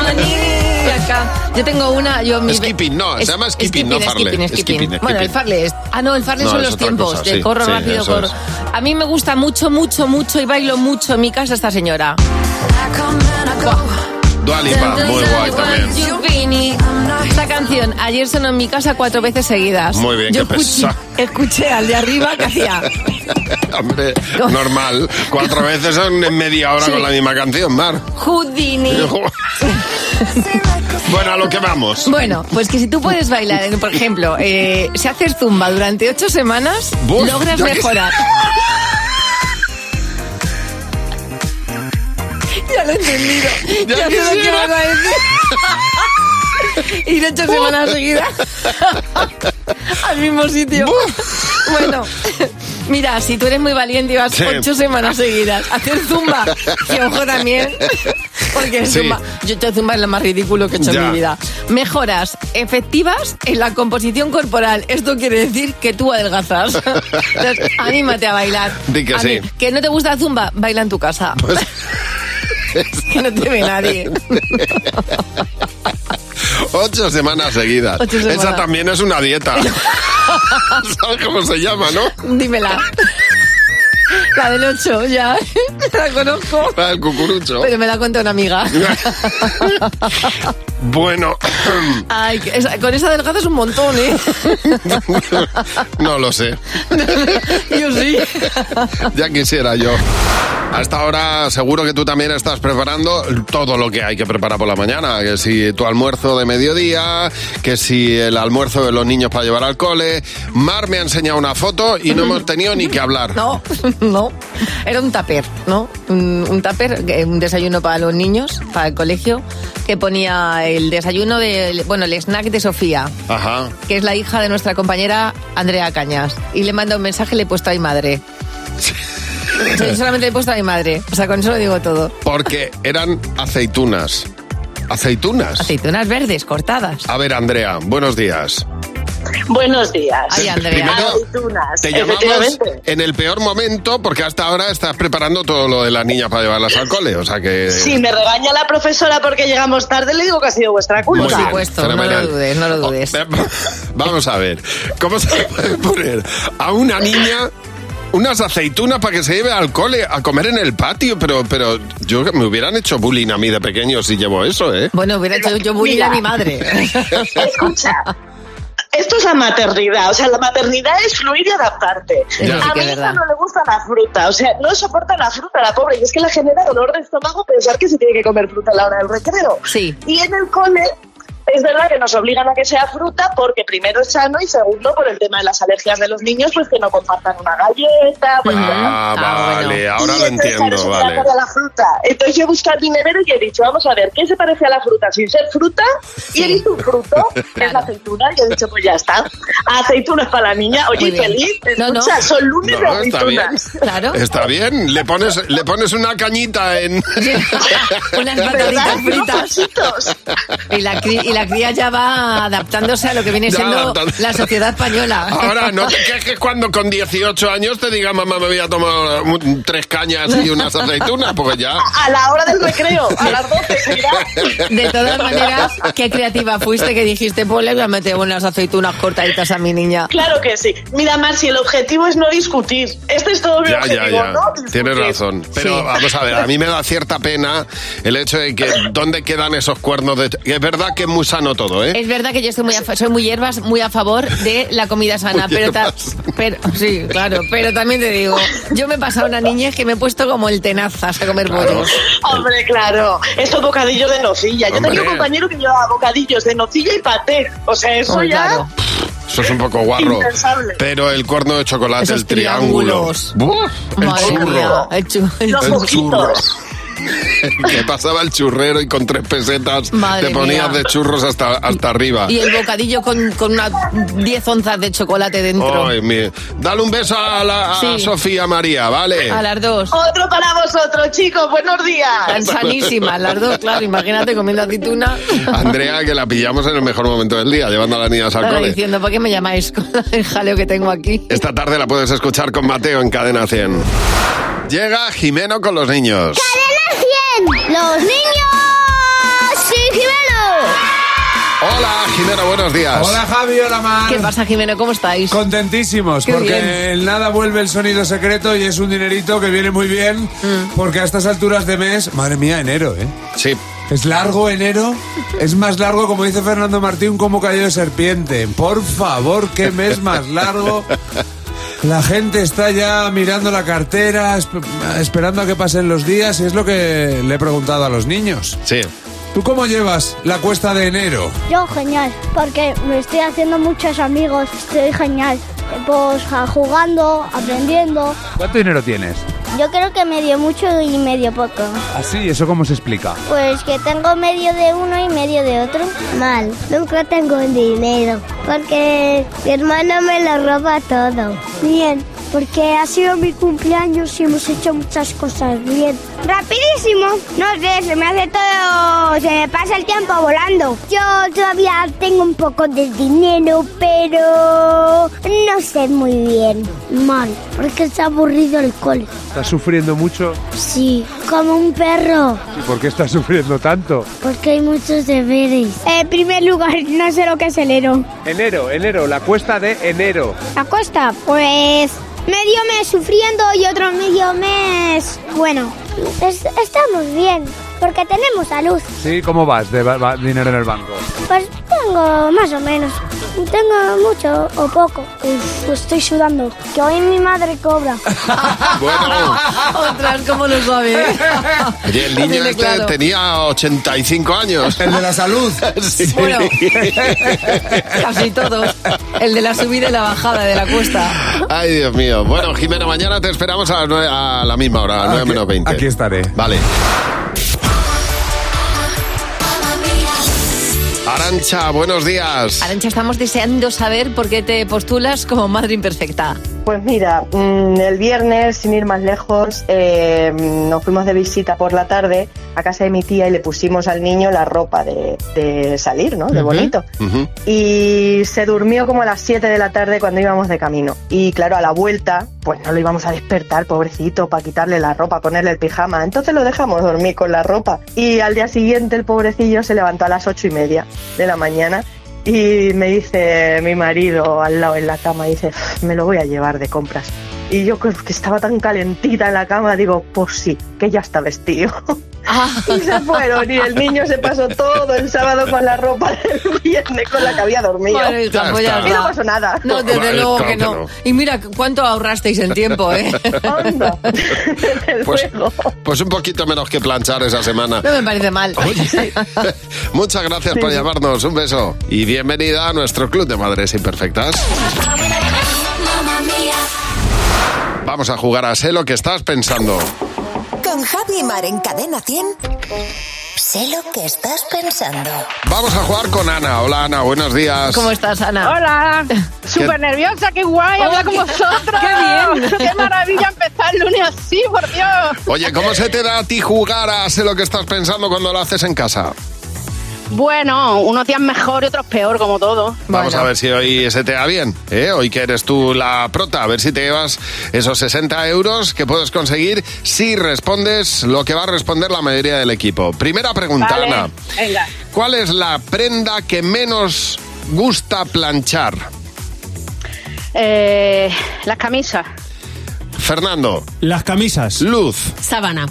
S4: Maníaca. Yo tengo una, yo mi-
S3: Skipping, no, se
S4: Es-
S3: llama skipping, no farlex.
S4: Skipping, skipping.
S3: Skipping,
S4: Bueno, el
S3: skipping.
S4: farlex. Ah, no, el farlex
S3: No,
S4: son
S3: es
S4: los
S3: otra
S4: tiempos,
S3: cosa,
S4: de
S3: sí,
S4: corro
S3: sí,
S4: rápido,
S3: eso
S4: corro.
S3: es.
S4: A mí me gusta mucho, mucho, mucho y bailo mucho en mi casa esta señora.
S3: Dua Lipa, muy guay también.
S4: Esta canción ayer sonó en mi casa cuatro veces seguidas.
S3: Muy bien,
S4: Yo
S3: qué
S4: escuché,
S3: pesado.
S4: escuché al de arriba que hacía.
S3: Hombre, normal. Cuatro veces son en media hora
S4: Sí.
S3: con la misma canción, Mar.
S4: Houdini.
S3: Bueno, a lo que vamos.
S4: Bueno, pues que si tú puedes bailar, en- por ejemplo, eh, si haces zumba durante ocho semanas,
S3: Buf,
S4: logras
S3: ya que-
S4: mejorar. Ya lo he entendido.
S21: Ya
S4: Ya, sé lo que
S21: quisiera.
S4: vas a decir. Ir ocho semanas seguidas al mismo sitio. Bueno, mira, si tú eres muy valiente y vas
S21: Sí.
S4: ocho semanas seguidas a hacer zumba, que ojo también, porque
S21: Sí.
S4: zumba, yo he hecho zumba es lo más ridículo que he hecho
S21: Ya.
S4: en mi vida. Mejoras efectivas en la composición corporal. Esto quiere decir que tú adelgazas. Entonces, anímate a bailar.
S3: Di que
S4: A
S3: sí.
S4: mí, que no te gusta zumba, baila en tu casa.
S3: Pues,
S4: que no te ve nadie.
S3: Ocho semanas seguidas.
S4: Ocho semanas.
S3: Esa también es una dieta. ¿Sabes cómo se llama, no?
S4: Dímela. La del 8, ya. La conozco.
S3: La del cucurucho.
S4: Pero me la cuenta una amiga.
S3: Bueno,
S4: Ay, que esa- con esa adelgazas un montón, ¿eh?
S3: no lo sé.
S4: Yo sí.
S3: Ya quisiera yo. Hasta ahora seguro que tú también estás preparando todo lo que hay que preparar por la mañana. Que si tu almuerzo de mediodía, que si el almuerzo de los niños para llevar al cole. Mar me ha enseñado una foto y no hemos tenido ni que hablar.
S4: No, no. Era un tupper, ¿no? Un, un tupper, eh, un desayuno para los niños, para el colegio, que ponía el desayuno de, bueno, el snack de Sofía,
S3: Ajá.
S4: que es la hija de nuestra compañera Andrea Cañas. Y le manda un mensaje, le he puesto a mi madre. Yo solamente le he puesto a mi madre. O sea, con eso lo digo todo.
S3: Porque eran aceitunas. Aceitunas.
S4: Aceitunas verdes cortadas.
S3: A ver, Andrea, buenos días.
S6: Buenos días.
S4: Ay, Andrea.
S3: Primero,
S6: Aceitunas,
S3: Te llamamos
S6: efectivamente.
S3: en el peor momento porque hasta ahora estás preparando todo lo de las niñas para llevarlas al cole. O sea que.
S6: Si me regaña la profesora porque llegamos tarde, le digo que ha sido vuestra culpa.
S3: Muy bien, fenomenal. Oh, Vamos a ver. ¿Cómo se puede poner a una niña unas aceitunas para que se lleve al cole a comer en el patio? Pero, pero yo me hubieran hecho bullying a mí de pequeño si llevo eso, ¿eh?
S4: Bueno, hubiera hecho yo bullying a mi madre.
S6: Escucha. Esto es la maternidad, o sea, la maternidad es fluir y adaptarte.
S4: Ya. Sí
S6: A
S4: que
S6: mi
S4: es
S6: hija
S4: verdad.
S6: no le gusta la fruta, o sea, no soporta la fruta, la pobre, y es que le genera dolor de estómago pensar que se tiene que comer fruta a la hora del recreo.
S4: Sí.
S6: Y en el cole es verdad que nos obligan a que sea fruta porque primero es sano y segundo por el tema de las alergias de los niños, pues que no compartan una galleta. pues,
S3: Ah, vale, ahora
S6: y
S3: lo
S6: entonces, claro,
S3: entiendo,
S6: se
S3: vale.
S6: trata de la fruta. Entonces yo he buscado el dinero y he dicho, vamos a ver, ¿qué se parece a la fruta sin ser fruta? Y he visto un fruto, que es la aceituna, y he dicho, pues ya está. Aceitunas para la niña, oye,
S4: Muy bien.
S6: feliz,
S4: No, no.
S6: escucha, son lunes de
S3: No, está bien.
S6: aceitunas.
S3: Está bien. Le pones, le pones una cañita en.
S4: Unas patatitas fritas. Y la, cri- y la cría ya va adaptándose a lo que viene
S3: Ya
S4: siendo
S3: adaptándose.
S4: la sociedad española.
S3: Ahora, no te quejes cuando con 18 años te diga mamá me voy a tomar un- tres cañas y unas aceitunas, porque ya...
S6: A la hora del recreo, a las 12, mira.
S4: De todas maneras, qué creativa fuiste que dijiste, pues le voy a meter unas aceitunas cortaditas a mi niña.
S6: Claro que sí. Mira, Mar, si el objetivo es no discutir. Este es todo mi
S3: Ya, ya,
S6: objetivo,
S3: ya.
S6: ¿no?
S3: Tienes razón. Pero
S6: Sí.
S3: vamos a ver, a mí me da cierta pena el hecho de que dónde quedan esos cuernos de... Es verdad que es muy sano todo, ¿eh?
S4: Es verdad que yo soy muy, a, fa- soy muy hierbas, muy a favor de la comida sana,
S3: Muy
S4: pero, ta-
S3: hierbas.
S4: pero- sí, claro, pero también te digo, yo me he pasado una niñez que me he puesto como el tenazas a comer bollos.
S6: Hombre, claro, esos bocadillos de nocilla. Yo
S3: Hombre.
S6: tenía un compañero que llevaba bocadillos de nocilla y paté. O sea, eso
S3: Hombre,
S6: ya.
S3: claro. Eso es un poco guarro.
S6: Impensable.
S3: Pero el corno de chocolate,
S6: Esos
S3: el triángulo.
S6: triángulos.
S3: ¡Buah! El
S4: Madre
S3: churro.
S4: mía, el chu- el
S3: El
S4: chu-
S3: churro. que pasaba el churrero y con tres pesetas
S4: Madre
S3: te ponías
S4: mía.
S3: de churros hasta, hasta arriba.
S4: Y el bocadillo con, con unas 10 onzas de chocolate dentro.
S3: Ay, mi- Dale un beso a, la, a
S4: Sí.
S3: Sofía María, ¿vale?
S4: A las dos.
S6: Otro para vosotros, chicos. Buenos días.
S4: Tan sanísimas las dos, claro. Imagínate comiendo aceituna.
S3: Andrea, que la pillamos en el mejor momento del día, llevando a las niñas al
S4: Ahora
S3: cole.
S4: diciendo, ¿por qué me llamáis con el jaleo que tengo aquí?
S3: Esta tarde la puedes escuchar con Mateo en Cadena 100. Llega Jimeno con los niños.
S21: ¡Los niños! ¡Sí,
S3: Hola, Jimeno, buenos días.
S13: Hola, Javi, hola, Mar.
S4: ¿Qué pasa, Jimeno? ¿Cómo estáis?
S13: Contentísimos,
S4: Qué
S13: Pues porque
S4: bien.
S13: el nada vuelve el sonido secreto y es un dinerito que viene muy bien,
S4: Mm.
S13: porque a estas alturas de mes, madre mía, enero, ¿eh?
S3: Sí.
S13: Es largo enero, es más largo, como dice Fernando Martín, como cayó de serpiente. Por favor, qué mes más largo. La gente está ya mirando la cartera, esp- esperando a que pasen los días, y es lo que le he preguntado a los niños.
S3: Sí.
S13: ¿Tú cómo llevas la cuesta de enero?
S21: Yo genial, porque me estoy haciendo muchos amigos, estoy genial. Pues ja- jugando, aprendiendo.
S13: ¿Cuánto dinero tienes?
S21: Yo creo que medio mucho y medio poco.
S13: Así, ¿eso cómo se explica?
S21: Pues que tengo medio de uno y medio de otro. Mal, nunca tengo dinero. Porque mi hermano me lo roba todo. Bien, porque ha sido mi cumpleaños y hemos hecho muchas cosas bien. Rapidísimo. No sé, se me hace todo, se me pasa el tiempo volando. Yo todavía tengo un poco de dinero, pero no sé muy bien. Mal, porque está aburrido el cole.
S13: ¿Estás sufriendo mucho?
S21: Sí, como un perro.
S13: ¿Y por qué estás sufriendo tanto?
S21: Porque hay muchos deberes. En primer lugar, no sé lo que es el ero.
S13: Enero, enero, la cuesta de enero.
S21: La costa, pues medio mes sufriendo y otro medio mes bueno. estamos bien, porque tenemos salud.
S13: Sí, ¿cómo vas de ba- ba- dinero en el banco?
S21: Pues tengo más o menos. Tengo mucho o poco. Uf, pues estoy sudando, que hoy mi madre cobra.
S3: Bueno,
S4: Otras, ¿cómo lo sabe?
S3: oye, el
S4: Lo
S3: niño
S4: tiene
S3: este
S4: claro.
S3: tenía 85 años.
S13: El de la salud.
S3: Sí.
S4: Bueno. Casi todos. El de la subida y la bajada de la cuesta.
S3: Ay, Dios mío. Bueno, Jimeno, mañana te esperamos a, las nueve- a la misma hora, a las 9 menos 20. Ah. Aquí
S13: estaré.
S3: Vale. Arancha, buenos días.
S4: Arancha, estamos deseando saber por qué te postulas como madre imperfecta.
S22: Pues mira, mm, el viernes, sin ir más lejos, eh, mm, nos fuimos de visita por la tarde a casa de mi tía y le pusimos al niño la ropa de, de salir, ¿no? De
S9: Ujú.
S22: bonito. Y se durmió como a las 7 de la tarde cuando íbamos de camino. Y claro, a la vuelta, pues no lo íbamos a despertar, pobrecito, para quitarle la ropa, ponerle el pijama. Entonces lo dejamos dormir con la ropa. Y al día siguiente el pobrecillo se levantó a las ocho y media de la mañana. Y me dice mi marido al lado en la cama, dice, me lo voy a llevar de compras. Y yo que que estaba tan calentita en la cama, digo, pues sí, que ya está vestido. Y se fueron y el niño se pasó todo el sábado con la ropa del viernes con la que había dormido.
S4: Bueno, hija, Ya pues ya está.
S22: y no pasó nada.
S4: No, desde
S22: Vale,
S4: luego
S22: claro
S4: que no.
S22: que no.
S4: Y mira cuánto ahorrasteis el tiempo, ¿eh?
S3: Pues, pues un poquito menos que planchar esa semana.
S4: No me parece mal.
S3: Muchas gracias por llamarnos. Un beso. Y bienvenida a nuestro Club de Madres Imperfectas. Vamos a jugar a Sé lo que estás pensando.
S19: Con Javi Mar en Cadena 100. Sé lo que estás pensando.
S3: Vamos a jugar con Ana. Hola Ana, buenos días.
S4: ¿Cómo estás, Ana?
S9: Hola.
S3: Súper
S9: nerviosa, qué guay hablar con vosotros.
S4: qué bien.
S9: Qué maravilla empezar el lunes así, por Dios.
S3: Oye, ¿cómo se te da a ti jugar a Sé lo que estás pensando cuando lo haces en casa?
S9: Bueno, unos días mejor y otros peor, como todo.
S3: Vamos a ver si hoy se te da bien. ¿eh? Hoy que eres tú la prota, a ver si te llevas esos 60 euros que puedes conseguir si respondes lo que va a responder la mayoría del equipo. Primera pregunta,
S9: Vale,
S3: Ana.
S9: Venga.
S3: ¿Cuál es la prenda que menos gusta planchar?
S9: Eh, las camisas.
S3: Fernando.
S5: Las camisas.
S3: Luz.
S9: Sábana.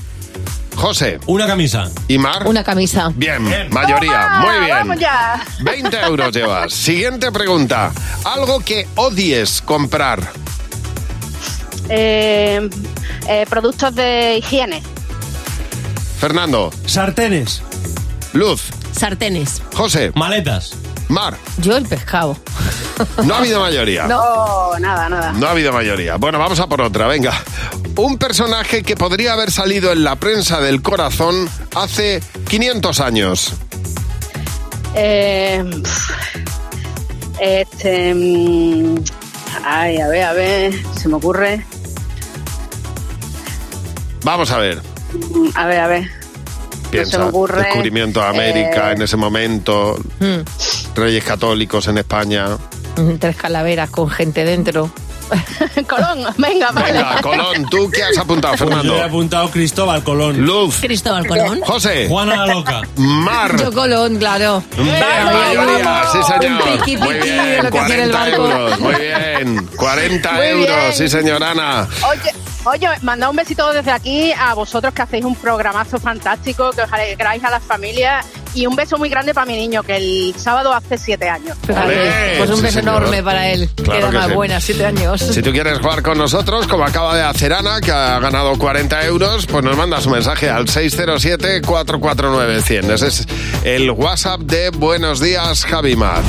S3: José.
S12: Una camisa.
S3: ¿Y Mar?
S4: Una camisa.
S3: Bien, Em, mayoría.
S4: Toma,
S3: Muy bien.
S4: vamos ya.
S3: 20 euros llevas. Siguiente pregunta. Algo que odies comprar.
S9: Eh, eh, productos de higiene.
S3: Fernando.
S12: Sartenes.
S3: Luz.
S4: Sartenes.
S3: José.
S12: Maletas.
S3: Mar.
S4: Yo el pescado.
S3: No ha habido mayoría.
S9: No, nada, nada.
S3: No ha habido mayoría. Bueno, vamos a por otra, venga. Un personaje que podría haber salido en la prensa del corazón hace 500 años.
S9: Eh, pf, este. mm, Ay, a ver, a ver, se me ocurre.
S3: Vamos a ver.
S9: Mm, A ver, a ver.
S3: Piensa,
S9: me ocurre,
S3: descubrimiento de América
S9: eh,
S3: en ese momento, reyes católicos en España.
S4: Mm, Tres calaveras con gente dentro.
S9: Colón, venga, vale.
S3: Venga, Colón, ¿tú qué has apuntado, Fernando?
S12: Pues Yo he apuntado Cristóbal Colón.
S3: Luz.
S4: Cristóbal Colón.
S3: José. Mm.
S12: Juana la Loca.
S3: Mar.
S4: Yo Colón, claro.
S3: Bien,
S4: Vamos,
S3: mayoría,
S4: vamos.
S3: sí señor.
S4: Un piqui,
S3: Muy
S4: piqui,
S3: bien,
S4: lo que quiere el
S3: 40
S4: banco.
S3: euros, muy bien. 40
S9: Muy bien.
S3: euros, sí señora Ana.
S9: Oye, oye, mandad un besito desde aquí a vosotros que hacéis un programazo fantástico, que os alegráis a las familias y un beso muy grande para mi niño que el sábado hace siete años.
S3: Olé,
S4: Pues un
S3: sí,
S4: beso
S3: señor.
S4: enorme para él.
S3: Claro
S4: Queda
S3: que
S4: más
S3: sí.
S4: buena, siete años.
S3: Si tú quieres jugar con nosotros, como acaba de hacer Ana, que ha ganado 40 euros, pues nos mandas un mensaje al 607-449-100. Ese es el WhatsApp de Buenos Días, Javimar.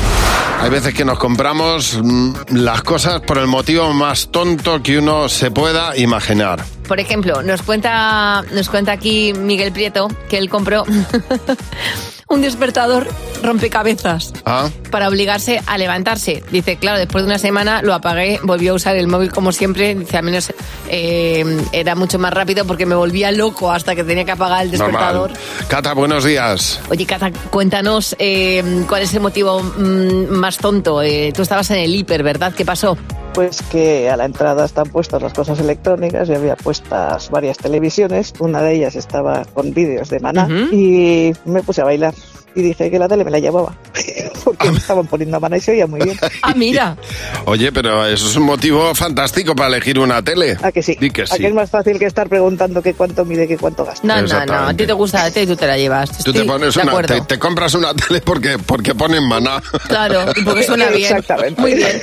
S3: Hay veces que nos compramos mm, las cosas por el motivo más tonto que uno se pueda imaginar.
S4: Por ejemplo, nos cuenta, nos cuenta aquí Miguel Prieto que él compró un despertador rompecabezas
S3: ¿Ah?
S4: para obligarse a levantarse. Dice, claro, después de una semana lo apagué, volvió a usar el móvil como siempre. Dice, al menos eh, era mucho más rápido porque me volvía loco hasta que tenía que apagar el despertador.
S3: Normal. Cata, buenos días.
S4: Oye, Cata, cuéntanos eh, cuál es el motivo mm, más tonto. Eh, tú estabas en el hiper, ¿verdad? ¿Qué pasó?
S2: Pues que a la entrada están puestas las cosas electrónicas y había puestas varias televisiones. Una de ellas estaba con vídeos de Maná y me puse a bailar. Y dije que la tele me la llevaba. Porque me estaban poniendo a Maná y se oía muy bien.
S4: Ah, mira.
S3: Oye, pero eso es un motivo fantástico para elegir una tele.
S2: ¿A que sí?
S3: Di que
S2: ¿A
S3: sí.
S2: que es más fácil que estar preguntando qué cuánto mide, qué cuánto gasta?
S4: No, no, no.
S3: Exactamente.
S4: A ti te gusta la tele y tú te la llevas.
S3: Tú te
S4: Sí,
S3: pones
S4: de
S3: una,
S4: acuerdo.
S3: te, te compras una tele porque, porque ponen maná.
S4: Claro, y porque suena bien.
S2: Exactamente.
S4: Muy bien.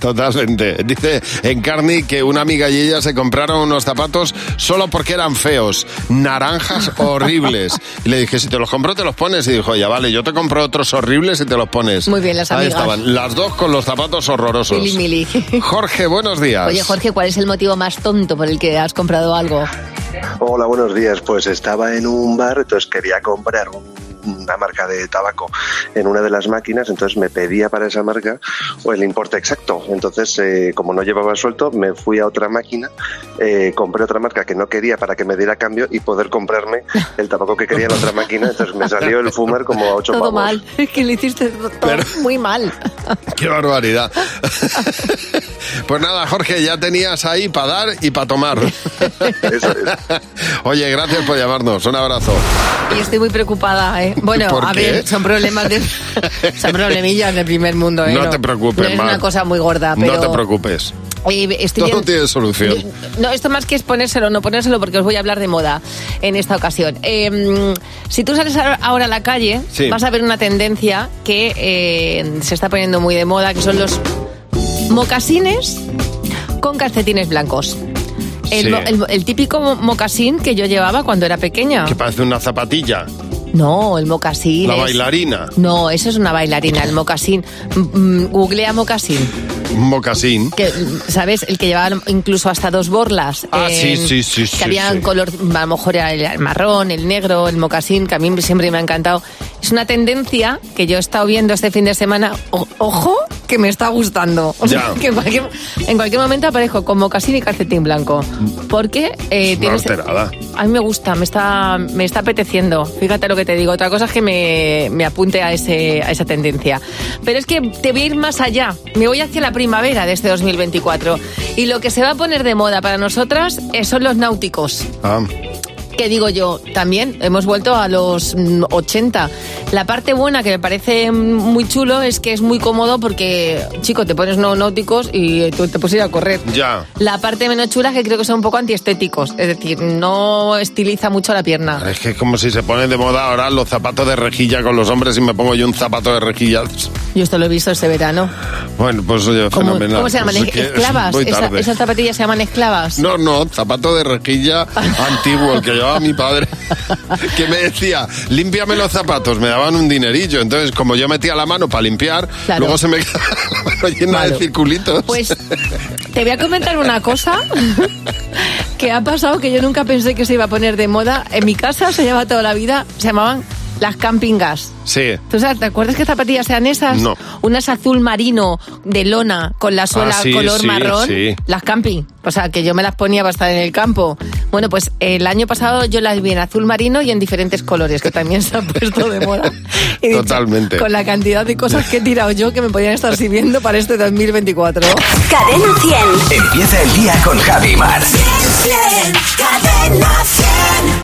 S3: Totalmente. Dice Encarni que una amiga y ella se compraron unos zapatos solo porque eran feos, naranjas horribles. Y le dije, si te los compro, te los pones. Y dijo, ya vale, yo te compro otros horribles y te los pones.
S4: Muy bien, las
S3: Ahí
S4: amigas.
S3: estaban, las dos con los zapatos horrorosos.
S4: Mili, mili.
S3: Jorge, buenos días.
S4: Oye, Jorge, ¿cuál es el motivo más tonto por el que has comprado algo?
S10: Hola, buenos días. Pues estaba en un bar, entonces quería comprar un- una marca de tabaco en una de las máquinas, entonces me pedía para esa marca o el importe exacto. Entonces, eh, como no llevaba suelto, me fui a otra máquina, eh, compré otra marca que no quería para que me diera cambio y poder comprarme el tabaco que quería en la otra máquina. Entonces me salió el fumar como a 8
S4: Todo
S10: pavos.
S4: mal. Es que lo hiciste todo muy mal.
S3: Qué barbaridad. Pues nada, Jorge, ya tenías ahí para dar y para tomar. Oye, gracias por llamarnos. Un abrazo.
S4: Y estoy muy preocupada, ¿eh? Bueno,
S3: ¿Por
S4: a
S3: qué?
S4: ver, son problemas de... Son problemillas del primer mundo, ¿eh?
S3: No te preocupes,
S4: no es
S3: Mar.
S4: una cosa muy gorda, pero...
S3: No te preocupes.
S4: Oye, estoy
S3: Todo
S4: llen-
S3: tiene solución.
S4: No, esto más que es ponérselo o no ponérselo, porque os voy a hablar de moda en esta ocasión. Eh, si tú sales a- ahora a la calle,
S23: Sí.
S4: vas a ver una tendencia que eh, se está poniendo muy de moda, que son los mocasines con calcetines blancos. El,
S3: Sí.
S4: mo- el- el típico mo- mocasín que yo llevaba cuando era pequeña.
S3: Que parece una zapatilla.
S4: No, el mocasín.
S3: La
S4: es-
S3: bailarina.
S4: No, eso es una bailarina, el mocasín. Mm, mm, Googlea mocasín.
S3: Un mocasín.
S4: Que, mm, ¿Sabes? El que llevaba incluso hasta dos borlas.
S3: Ah,
S4: eh,
S3: sí, sí, sí,
S4: Que
S3: sí,
S4: había
S3: sí.
S4: color, a lo mejor era el marrón, el negro, el mocasín, que a mí siempre me ha encantado. Es una tendencia que yo he estado viendo este fin de semana. O- ojo, que me está gustando. O sea,
S3: Ya.
S4: que en cualquier, en cualquier momento aparezco con mocasín y calcetín blanco. Porque eh,
S3: Mm. Una
S4: tienes...
S3: alterada.
S4: A mí me gusta, me está, me está apeteciendo. Fíjate lo que te digo. Otra cosa es que me, me apunte a, ese, a esa tendencia. Pero es que te voy a ir más allá. Me voy hacia la primavera de este 2024. Y lo que se va a poner de moda para nosotras eh, son los náuticos.
S3: Ah,
S4: que digo yo, también hemos vuelto a los mm, 80. La parte buena que me parece mm, muy chulo es que es muy cómodo porque, chico, te pones no náuticos y tú te puedes ir a correr.
S3: Ya.
S4: La parte menos chula es que creo que son un poco antiestéticos, es decir, no estiliza mucho la pierna.
S3: Es que es como si se ponen de moda ahora los zapatos de rejilla con los hombres y me pongo yo un zapato de rejilla.
S4: Yo esto lo he visto este verano.
S3: Bueno, pues oye, fenomenal.
S4: ¿Cómo se llaman?
S3: Pues es que
S4: ¿Esclavas?
S3: voy
S4: Esa-
S3: tarde.
S4: esas zapatillas se llaman esclavas.
S3: No, no, zapato de rejilla antiguo, el que llevaba mi padre, que me decía, límpiame los zapatos, me daban un dinerillo. Entonces, como yo metía la mano para limpiar,
S4: Claro.
S3: luego se me quedaba la mano llena de
S4: Malo.
S3: circulitos.
S4: Pues te voy a comentar una cosa que ha pasado que yo nunca pensé que se iba a poner de moda. En mi casa se lleva toda la vida, se llamaban las campingas.
S3: Sí.
S4: ¿Tú sabes, te acuerdas qué zapatillas sean esas?
S3: No.
S4: Unas azul marino de lona con la suela
S3: Ah, sí,
S4: color
S3: sí,
S4: marrón.
S3: sí.
S4: Las camping. O sea, que yo me las ponía para estar en el campo. Bueno, pues el año pasado yo las vi en azul marino y en diferentes colores, que también se han puesto de moda. Y he dicho,
S3: Totalmente.
S4: con la cantidad de cosas que he tirado yo que me podían estar sirviendo para este 2024.
S19: Cadena 100.
S23: Empieza el día con Javi Mar.
S19: Bien, bien.